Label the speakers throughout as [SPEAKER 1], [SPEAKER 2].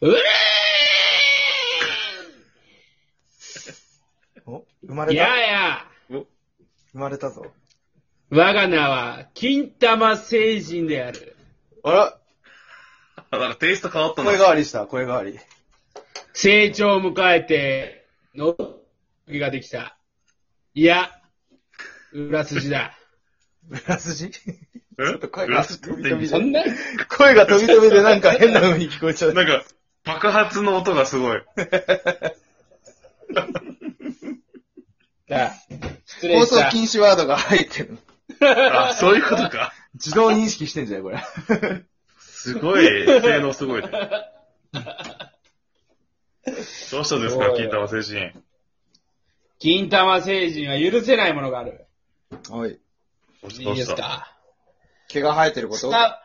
[SPEAKER 1] うれ
[SPEAKER 2] お生ま
[SPEAKER 1] ー
[SPEAKER 2] れ
[SPEAKER 1] や
[SPEAKER 2] た
[SPEAKER 1] あやあ
[SPEAKER 2] 生まれたぞ。
[SPEAKER 1] 我が名は、金玉星人である。
[SPEAKER 2] あら
[SPEAKER 3] あ、なんかテイスト変わったな。
[SPEAKER 2] 声変わりした、声変わり。
[SPEAKER 1] 成長を迎えて、の、ができた。いや、裏筋だ。
[SPEAKER 2] 裏筋
[SPEAKER 3] え
[SPEAKER 2] ちょっと声
[SPEAKER 3] ラ
[SPEAKER 2] が
[SPEAKER 3] ス
[SPEAKER 2] 飛び飛び
[SPEAKER 1] そんな、
[SPEAKER 2] 声が飛び飛びでなんか変な風に聞こえちゃう。
[SPEAKER 3] なんか、爆発の音がすごい。
[SPEAKER 1] だ失礼
[SPEAKER 2] 放
[SPEAKER 1] した
[SPEAKER 2] 送。禁止ワードが入ってる。
[SPEAKER 3] あ、そういうことか。
[SPEAKER 2] 自動認識してんじゃないこれ。
[SPEAKER 3] すごい、性能すごいね。どうしたんです
[SPEAKER 1] す
[SPEAKER 3] か、
[SPEAKER 1] ごい
[SPEAKER 3] 金玉精神。
[SPEAKER 1] 金玉星人は許せないものがある。
[SPEAKER 2] おい。
[SPEAKER 3] どうし
[SPEAKER 1] いいです
[SPEAKER 3] た
[SPEAKER 1] か
[SPEAKER 2] 毛が生えてるこ
[SPEAKER 1] ス
[SPEAKER 2] と
[SPEAKER 1] タ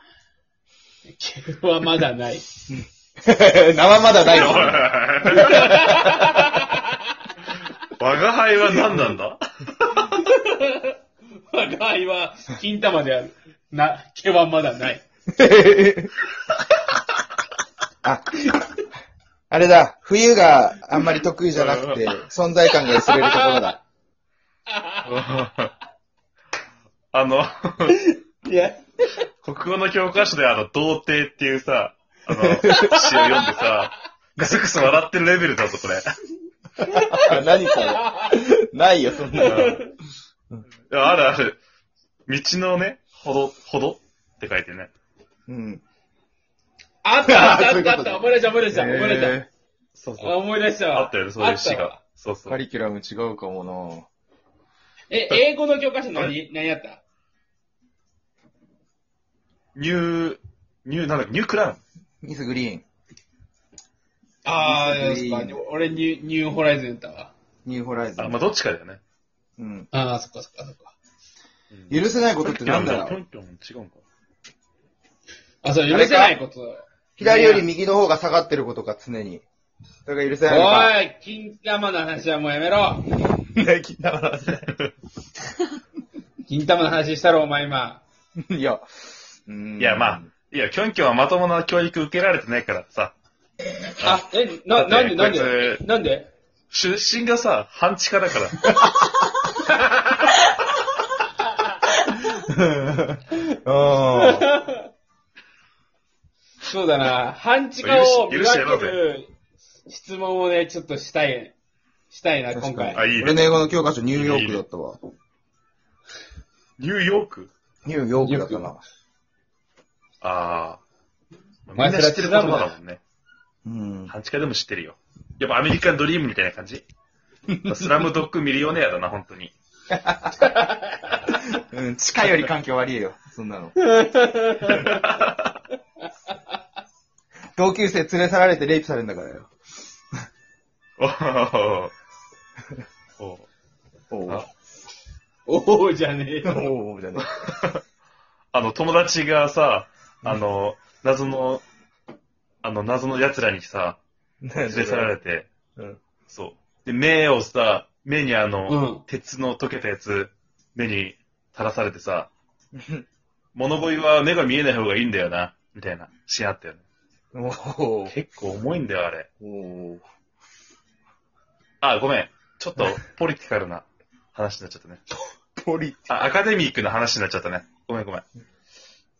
[SPEAKER 1] 毛はまだない。
[SPEAKER 2] 生まだない
[SPEAKER 3] おい
[SPEAKER 2] の
[SPEAKER 3] 我が輩は何な んだ
[SPEAKER 1] 我が愛は金玉である。な、毛はまだない。
[SPEAKER 2] あ、あれだ。冬があんまり得意じゃなくて、存在感が薄れるところだ。
[SPEAKER 3] あの、
[SPEAKER 1] いや、
[SPEAKER 3] 国語の教科書であの、童貞っていうさ、あの、詩を読んでさ、クスクス笑ってるレベルだぞ、これ。
[SPEAKER 2] 何それ。ないよ、そんなの。
[SPEAKER 3] いやあるある。道のね、ほど、ほどって書いてね。
[SPEAKER 2] うん。
[SPEAKER 1] あったあったあ
[SPEAKER 2] そう
[SPEAKER 1] っ
[SPEAKER 2] いうこ
[SPEAKER 1] た
[SPEAKER 2] と
[SPEAKER 1] あっ
[SPEAKER 2] ね
[SPEAKER 1] た思い出した思い出した思い出し
[SPEAKER 2] えそう
[SPEAKER 1] た。あ
[SPEAKER 2] そう。
[SPEAKER 1] 思い出したわ。
[SPEAKER 3] あったよね、そういう詩
[SPEAKER 1] あったわ
[SPEAKER 3] が。そうそ
[SPEAKER 2] カ
[SPEAKER 3] う。
[SPEAKER 2] リキュラム違うかも
[SPEAKER 1] え、英語の教科書何、何やった
[SPEAKER 3] ニュー、ニュー、なんだっけ、ニュークラウン。
[SPEAKER 2] なミスグリーン、
[SPEAKER 1] あ
[SPEAKER 2] ミスグリーン
[SPEAKER 1] ー、俺ニュー、ニューホライズンやったわ。
[SPEAKER 2] ニューホライズン。
[SPEAKER 3] あ、まあ、どっちかだよね。
[SPEAKER 2] うん。
[SPEAKER 1] あー、そっかそっかそっか。
[SPEAKER 2] 許せないことってなんだ
[SPEAKER 3] ピ
[SPEAKER 2] ろ
[SPEAKER 3] ョ
[SPEAKER 2] う
[SPEAKER 3] ンピョン違うんか。
[SPEAKER 1] あ、そう、許せないこと。
[SPEAKER 2] 左より右の方が下がってることか、常に。それが許せ
[SPEAKER 1] お
[SPEAKER 2] ないのか。
[SPEAKER 1] い、金玉の話はもうやめろ。金玉の話したろ、お前今。
[SPEAKER 2] いや、うーん
[SPEAKER 3] いや、まあ、いや、キョンキョンはまともな教育受けられてないからさ、
[SPEAKER 1] あ、え、な、
[SPEAKER 3] だ
[SPEAKER 1] なん
[SPEAKER 3] っ
[SPEAKER 1] で
[SPEAKER 3] て
[SPEAKER 1] なん
[SPEAKER 3] こ
[SPEAKER 1] で
[SPEAKER 3] いつ
[SPEAKER 1] なんで
[SPEAKER 3] 出身がさ、半地下 だから。
[SPEAKER 2] あ。
[SPEAKER 1] そうだな、半地下を見
[SPEAKER 3] 許し許してや
[SPEAKER 1] 分
[SPEAKER 3] ろう
[SPEAKER 1] け
[SPEAKER 3] ぜ
[SPEAKER 1] る質問をね、ちょっとしたい、したいな、今
[SPEAKER 2] 確かに。
[SPEAKER 1] 回。
[SPEAKER 3] あいいね
[SPEAKER 2] 俺の英語の教科書、ニューヨークだったわ。
[SPEAKER 3] ニューヨーク
[SPEAKER 2] ニューヨークだったな。
[SPEAKER 3] ああ。みん
[SPEAKER 1] 前
[SPEAKER 3] な知ってる言葉だもんね。
[SPEAKER 2] うん。
[SPEAKER 3] 半地下でも知ってるよ。やっぱアメリカンドリームみたいな感じスラムドッグミリオネアだな、本当に。
[SPEAKER 2] うん、地下より環境悪いよ、そんなの。同級生連れ去られてレイプされるんだからよ。
[SPEAKER 3] おーおー
[SPEAKER 2] おう
[SPEAKER 3] あ
[SPEAKER 1] おおじゃねえよ。
[SPEAKER 2] おうじゃね
[SPEAKER 3] あの、友達がさ、あの、謎の、あの、謎の奴らにさ、
[SPEAKER 2] え。
[SPEAKER 3] 連れ去られて、
[SPEAKER 2] うん
[SPEAKER 3] そう。で、目をさ、目にあ
[SPEAKER 1] う
[SPEAKER 3] の、
[SPEAKER 1] ん
[SPEAKER 3] 鉄の溶けたやつ、目に垂らされてさ、物乞いは目が見えない方がいいんだよな、みたいな、シーンあったよね。
[SPEAKER 2] おう
[SPEAKER 3] 結構重いんだよ、あれ。
[SPEAKER 2] おう
[SPEAKER 3] あ、ごめん。ちょっと、ポリティカルな話になっちゃったね。
[SPEAKER 2] ポリ。
[SPEAKER 3] あ、アカデミックな話になっちゃったね。ごめんごめん。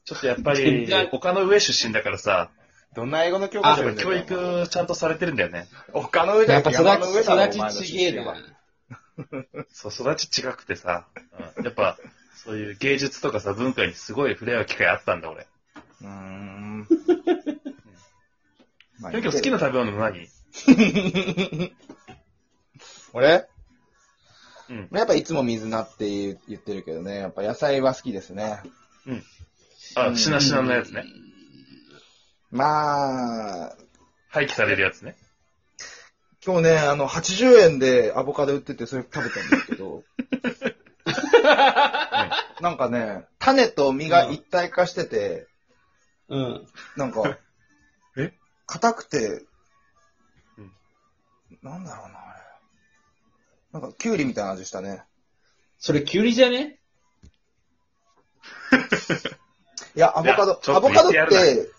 [SPEAKER 3] ちょっとやっぱり
[SPEAKER 1] 全然、
[SPEAKER 3] 丘の上出身だからさ、
[SPEAKER 2] どんな英語の教科書
[SPEAKER 3] やっぱ
[SPEAKER 2] 読
[SPEAKER 3] り
[SPEAKER 2] んで
[SPEAKER 3] 教
[SPEAKER 2] んだよ。
[SPEAKER 3] 育ちゃんとされてるんだよね。
[SPEAKER 2] 丘の上じゃ
[SPEAKER 1] や
[SPEAKER 2] な
[SPEAKER 1] っぱ
[SPEAKER 2] くて山の上だろ
[SPEAKER 1] 育ち、育ちちげえ。
[SPEAKER 2] お
[SPEAKER 1] な
[SPEAKER 2] 前の出身。は
[SPEAKER 3] そう、育ち違くてさ、うん、やっぱ、そういう芸術とかさ、文化にすごい触れ合う機会あったんだ、俺。
[SPEAKER 2] うーん。まあ
[SPEAKER 3] 今日好きな食べ物何
[SPEAKER 2] 俺
[SPEAKER 3] うん。
[SPEAKER 2] やっぱいつも水菜って言言ってるけどね、やっぱ野菜は好きですね。う
[SPEAKER 3] あ、
[SPEAKER 2] ん
[SPEAKER 3] しなしなのやつね。
[SPEAKER 2] まあ、
[SPEAKER 3] 廃棄されるやつね。、
[SPEAKER 2] 今日ね、あの、80円でアボカド売ってて、それ食べたんですけど、なんかね、種と実が一体化してて、
[SPEAKER 1] うん。
[SPEAKER 2] なんか
[SPEAKER 3] え
[SPEAKER 2] 硬くて
[SPEAKER 3] うん、
[SPEAKER 2] なんだろうな、あれ。なんか、キュウリみたいな味したね。
[SPEAKER 1] それ、キュウリじゃね
[SPEAKER 2] いや、アボカ
[SPEAKER 3] いやちょ
[SPEAKER 2] ド、
[SPEAKER 3] っ
[SPEAKER 2] ア
[SPEAKER 3] と
[SPEAKER 2] ボカドっ
[SPEAKER 3] 言ってやる
[SPEAKER 2] て、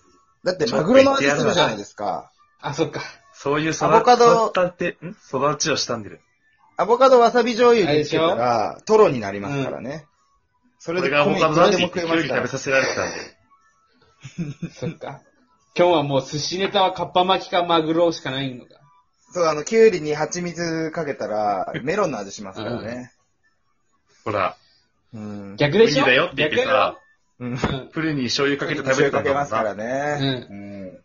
[SPEAKER 2] だってマグロの味するじゃないですか。あ、そっか。
[SPEAKER 3] そういう育
[SPEAKER 2] アボカド
[SPEAKER 3] 育ったって、ん育ちをしたんでる。
[SPEAKER 2] アボカドわさび醤油につけたら、トロになりますからね。そ
[SPEAKER 3] こ
[SPEAKER 2] れ
[SPEAKER 3] れ
[SPEAKER 2] で
[SPEAKER 3] がアボ
[SPEAKER 2] 米い
[SPEAKER 3] カ
[SPEAKER 2] く
[SPEAKER 3] ド
[SPEAKER 2] ら
[SPEAKER 3] だ
[SPEAKER 2] で
[SPEAKER 3] し
[SPEAKER 2] も
[SPEAKER 3] って
[SPEAKER 2] 食
[SPEAKER 3] キ
[SPEAKER 2] えま
[SPEAKER 3] ュウ
[SPEAKER 2] す
[SPEAKER 3] リ
[SPEAKER 2] か
[SPEAKER 3] 食べ
[SPEAKER 2] ら。
[SPEAKER 3] させられてたんで。
[SPEAKER 2] そっか。
[SPEAKER 1] 今日はもう寿司ネタはカッパ巻きかマグロしかないのか。
[SPEAKER 2] そう、あの、キュウリに蜂蜜かけたら、メロンの味しますからね。
[SPEAKER 3] ほら、
[SPEAKER 2] うん。
[SPEAKER 1] 逆でしょ
[SPEAKER 3] 無理だよって言ってさ
[SPEAKER 2] うん。
[SPEAKER 1] 逆
[SPEAKER 3] プリンに醤油かけて食
[SPEAKER 2] 醤
[SPEAKER 3] べてた
[SPEAKER 2] 油か
[SPEAKER 3] ん
[SPEAKER 2] け
[SPEAKER 3] だも
[SPEAKER 2] ま
[SPEAKER 3] ん
[SPEAKER 2] すから
[SPEAKER 3] な。
[SPEAKER 2] ね。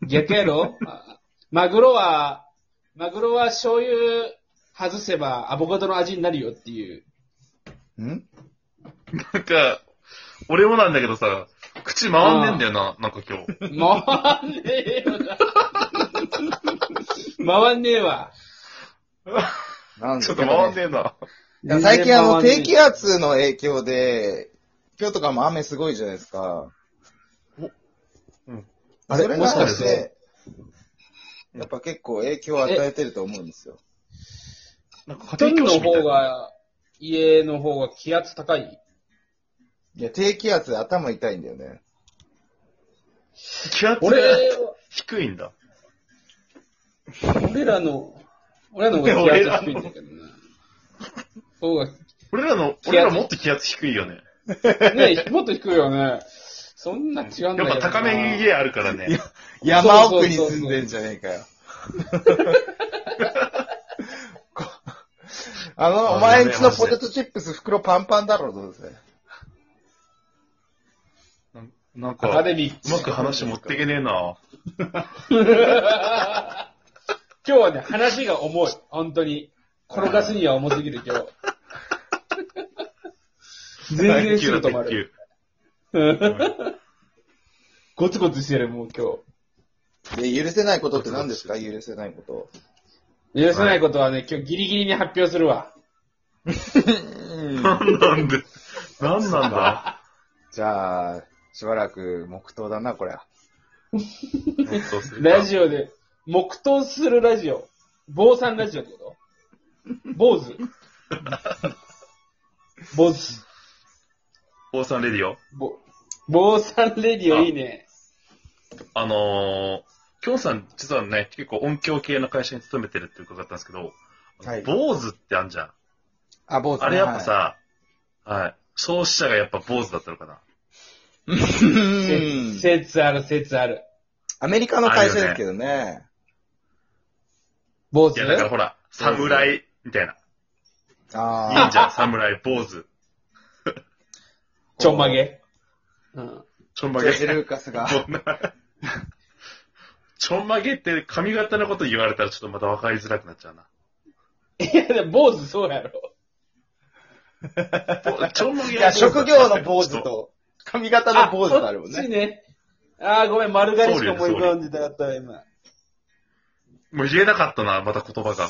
[SPEAKER 2] うん。
[SPEAKER 1] 逆やろあマグロは、マグロは醤油外せばアボカドの味になるよっていう。
[SPEAKER 2] うん
[SPEAKER 3] なんか、俺もなんだけどさ、口回んねえんだよな、なんか今日。
[SPEAKER 1] 回んねえよな。回んねえわ。
[SPEAKER 2] なんで
[SPEAKER 3] ち
[SPEAKER 2] す
[SPEAKER 3] ょっ
[SPEAKER 2] か
[SPEAKER 3] と
[SPEAKER 2] ね
[SPEAKER 3] 回んねえな。
[SPEAKER 2] いや最近あの、
[SPEAKER 1] 全然回んねえ
[SPEAKER 2] 低気圧の影響で、今日とかも雨すごいじゃないですか。
[SPEAKER 3] うん
[SPEAKER 1] あれ
[SPEAKER 2] それ
[SPEAKER 1] も
[SPEAKER 2] な
[SPEAKER 1] しか
[SPEAKER 2] の
[SPEAKER 1] して
[SPEAKER 2] で、やっぱ結構影響を与えてると思うんですよ。
[SPEAKER 3] なんか
[SPEAKER 1] トンの
[SPEAKER 3] みたい
[SPEAKER 1] 方が、家の方が気圧高い。
[SPEAKER 2] いや、低気圧で頭痛いんだよね。
[SPEAKER 3] 気圧が
[SPEAKER 1] 俺は、
[SPEAKER 3] 低いんだ。
[SPEAKER 1] 俺らの、俺らの方が気圧低いんだけどな。方が、
[SPEAKER 3] 俺らの、
[SPEAKER 1] 気圧
[SPEAKER 3] 俺らもっと気圧低いよね。
[SPEAKER 1] ねえ、 もっと低いよね。そんな違うんだ
[SPEAKER 3] や
[SPEAKER 1] よ
[SPEAKER 3] っ
[SPEAKER 1] な。
[SPEAKER 3] ぱ高めに家あるからね。
[SPEAKER 2] 山奥に住んでんじゃねえかよ。こ あの、お前んちのポテトチップス袋パンパンだろ、どうせ。
[SPEAKER 3] なんなん
[SPEAKER 1] アカ
[SPEAKER 3] か、
[SPEAKER 1] デミック。
[SPEAKER 3] うまく話持ってけねえな。
[SPEAKER 1] 今日はね、話が重い。本当に。転がすには重すぎる、 今日。全然すぐ止 まる。ゴツゴツしてる、もう今
[SPEAKER 2] で、許せないことって何ですか許せないこと。
[SPEAKER 1] 日。許せないことはね、今日ギリギリに発表するわ。
[SPEAKER 3] なんなんで、なんな んだ
[SPEAKER 2] じゃあ、しばらく黙祷だな、これ。
[SPEAKER 1] ラジオで、黙祷するラジオ。坊さんラジオってこと坊 主。坊主。
[SPEAKER 3] オ。王さんレディオ。
[SPEAKER 1] ぼ坊さんレディオいいね。
[SPEAKER 3] あのー、きょんさん、実はね、結構音響系の会社に勤めてるって伺ったんですけど、
[SPEAKER 2] はい
[SPEAKER 3] 坊主ってあんじゃん。
[SPEAKER 2] あ、坊主、ね、
[SPEAKER 3] あれやっぱさ、はい。創始者がやっぱ坊主だったのかな。
[SPEAKER 2] はい、うん
[SPEAKER 1] せ説ある、説ある。
[SPEAKER 2] アメリカの会社ですけどね。
[SPEAKER 1] 坊主
[SPEAKER 3] いや、だからほら、侍、みたいな。いい
[SPEAKER 2] あ
[SPEAKER 3] じゃん、侍、坊主。
[SPEAKER 1] ちょんまげ。うん。
[SPEAKER 3] ちょん
[SPEAKER 2] あ、
[SPEAKER 3] ま
[SPEAKER 2] ジョ
[SPEAKER 3] げ
[SPEAKER 2] ー。ジ・ルーカスが。
[SPEAKER 3] そんなちょんまげって髪型のこと言われたらちょっとまた分かりづらくなっちゃ うな。
[SPEAKER 1] いや、でも坊主そうやろ。
[SPEAKER 3] ぼちょんまげ
[SPEAKER 2] いや、職業の坊主。と、髪型の坊主とあるもん
[SPEAKER 1] そっち
[SPEAKER 2] ね。
[SPEAKER 1] ね。あーごめん、丸刈りしか思い浮かんでなかったわ、今。
[SPEAKER 3] もう言えなかったな、また 言葉が。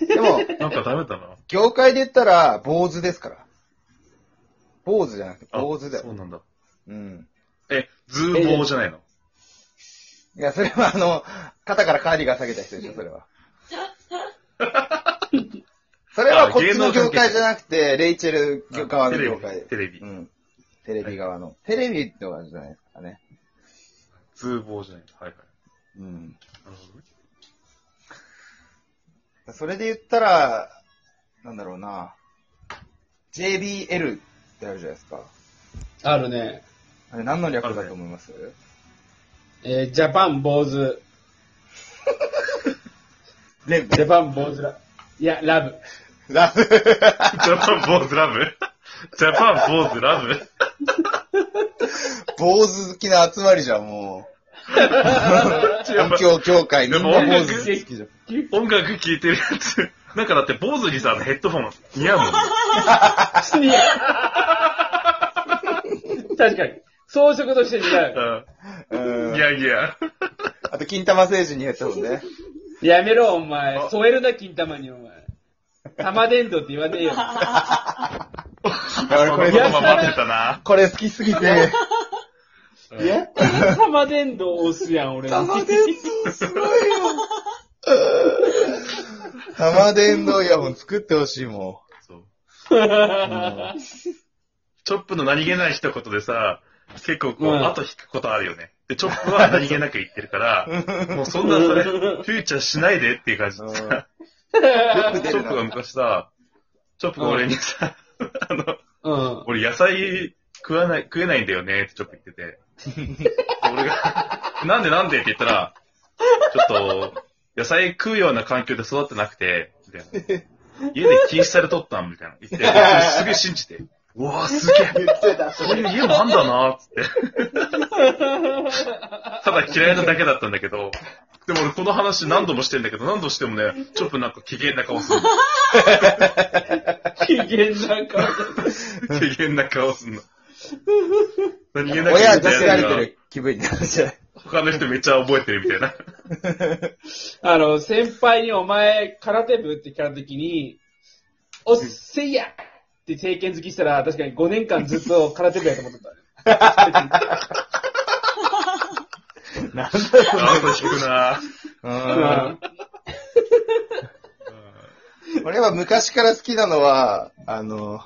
[SPEAKER 2] でも、
[SPEAKER 3] なんかダメだな。
[SPEAKER 2] 業界で言ったら、坊主ですから。坊主じゃなくて、
[SPEAKER 3] あ
[SPEAKER 2] 坊主だ
[SPEAKER 3] そ
[SPEAKER 2] よ。
[SPEAKER 3] うなんだ。
[SPEAKER 2] うん。
[SPEAKER 3] え、ズーボーじゃないの
[SPEAKER 2] いや、それはあの、肩からカーディガン下げた人でしょ、それは。 それはこっちの業界じゃなくて、レイチェル側の業界。
[SPEAKER 3] テレビテレビ
[SPEAKER 2] うん。テレビ側の。テレビとかじゃないですかね。
[SPEAKER 3] ズーボーじゃないのはいはい。
[SPEAKER 2] うん。
[SPEAKER 3] なるほどね
[SPEAKER 2] それで言ったら、なんだろうな。JBL ってあるじゃないですか。
[SPEAKER 1] あるね。
[SPEAKER 2] あれ何の略だと思います
[SPEAKER 1] えージャパン坊主。
[SPEAKER 2] 全
[SPEAKER 1] ジャパン坊主ラ。いや、ラブ。
[SPEAKER 2] ラブ。
[SPEAKER 3] ジャパン坊主ラブジャパン坊主ラブ
[SPEAKER 2] 坊主好きな集まりじゃん、もう。音響協会、みんな坊主 好きじゃん。
[SPEAKER 3] 音楽聴いてるやつ。なんかだって坊主にさ、ヘッドホン似合うもんね。
[SPEAKER 1] 確かに。装飾として似 合う。
[SPEAKER 3] う。
[SPEAKER 2] うんん
[SPEAKER 3] いやいや。
[SPEAKER 2] あと、金玉星人にやったもんね。
[SPEAKER 1] やめろ、お前。
[SPEAKER 3] あ
[SPEAKER 1] 添えるな、金玉に、お前。玉伝道って言わねえよ。
[SPEAKER 2] いや俺こ
[SPEAKER 3] これ
[SPEAKER 2] れ、
[SPEAKER 3] 言葉待ってたな。
[SPEAKER 2] これ好きすぎて。
[SPEAKER 3] うん
[SPEAKER 2] やっ
[SPEAKER 1] 玉伝道押すやん、俺。
[SPEAKER 2] 玉伝道すごいよ。玉伝道イヤホン作ってほしいも
[SPEAKER 3] そう。
[SPEAKER 2] ん。
[SPEAKER 3] チョップの何気ない一言でさ、結構こう、
[SPEAKER 1] うん
[SPEAKER 3] 後引くことあるよね。で、チョップは何気なく言ってる から、もうそんなそれ、フューチャーしないでっていう感じ でさ、
[SPEAKER 2] よく
[SPEAKER 3] チ
[SPEAKER 2] 出
[SPEAKER 3] ョ
[SPEAKER 2] る
[SPEAKER 3] ップが
[SPEAKER 2] な。
[SPEAKER 3] 昔さ、チョップが俺にさ、 あの、
[SPEAKER 1] うん。
[SPEAKER 3] 俺野菜食わない、食えないんだよねってちょっと言ってて。俺が、なんでなんでって言ったら、ちょっと、野菜食うような環境で育ってなくて、みたいな。家で禁止されとったんみたいな。言って、俺すぐ信じて。うわぁ、すげえ。
[SPEAKER 2] 言ってた、そ
[SPEAKER 3] そう
[SPEAKER 2] れ
[SPEAKER 3] いう。家もあんだなぁ、つって。ただ嫌いなだけだったんだけど。でも俺この話何度もしてんだけど、何度もしてもね、ちょっとなんか機嫌な顔する。
[SPEAKER 1] 機嫌な顔だ
[SPEAKER 3] 機嫌な顔すんの。何気なく
[SPEAKER 2] 親
[SPEAKER 3] 言
[SPEAKER 2] 出
[SPEAKER 3] っ
[SPEAKER 2] せ
[SPEAKER 3] た
[SPEAKER 2] ら
[SPEAKER 3] や
[SPEAKER 2] れ
[SPEAKER 3] つが
[SPEAKER 2] てる気分になるじゃない。
[SPEAKER 3] 他の人めっちゃ覚えてるみたい な。
[SPEAKER 1] あの、先輩にお前、空手部って聞かれた時に、おっせいやって定見好きしたら、確かに5年間ずっと空手部やと思ってた。
[SPEAKER 2] なんだろ
[SPEAKER 3] あ、そう聞くな
[SPEAKER 2] う。うん。俺は昔から好きなのは、あの、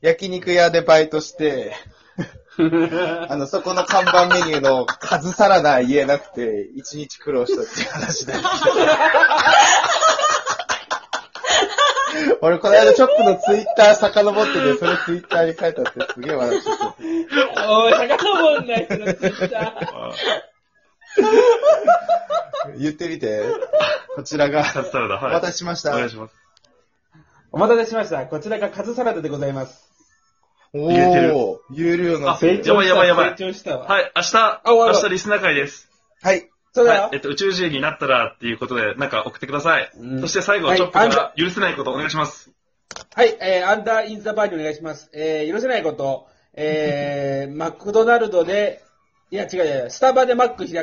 [SPEAKER 2] 焼肉屋でバイト して、あの、そこの看板メニューの数サラダ言えなくて、一日苦労したっていう話 だよ。俺、この間、チョップのツイッター遡ってて、それツイッターに書いたってすげえ笑っちゃった。
[SPEAKER 1] おい、遡んない人のツイッタ
[SPEAKER 3] あ
[SPEAKER 2] 言ってみて。こちらが、
[SPEAKER 3] カツサラダ、
[SPEAKER 2] お
[SPEAKER 3] はい。
[SPEAKER 2] 渡ししました
[SPEAKER 3] お。願いします。
[SPEAKER 1] お待たせしました。こちらがカズサラダでございます。
[SPEAKER 2] お
[SPEAKER 3] 言えてる
[SPEAKER 2] ー、言えるようになってる
[SPEAKER 3] あやばいやばいやばい
[SPEAKER 1] 成長したわ。
[SPEAKER 3] はい、明日、
[SPEAKER 1] あ終わ
[SPEAKER 3] 明
[SPEAKER 1] る
[SPEAKER 3] 日リスナー会です。
[SPEAKER 2] はい。
[SPEAKER 1] そうだ
[SPEAKER 3] は
[SPEAKER 1] よ
[SPEAKER 3] い。え。っと、宇宙人になったらっていうことで、なんか送ってください。
[SPEAKER 1] うん
[SPEAKER 3] そして最後、
[SPEAKER 1] はい
[SPEAKER 3] チョップか
[SPEAKER 1] あん
[SPEAKER 3] ら
[SPEAKER 1] た
[SPEAKER 3] 許せないことお願いします。
[SPEAKER 1] はい、えー、アンダーインザバーにお願いします。えー、許せないこと、えー、マクドナルドで、いや違う違う、スタバでマック開く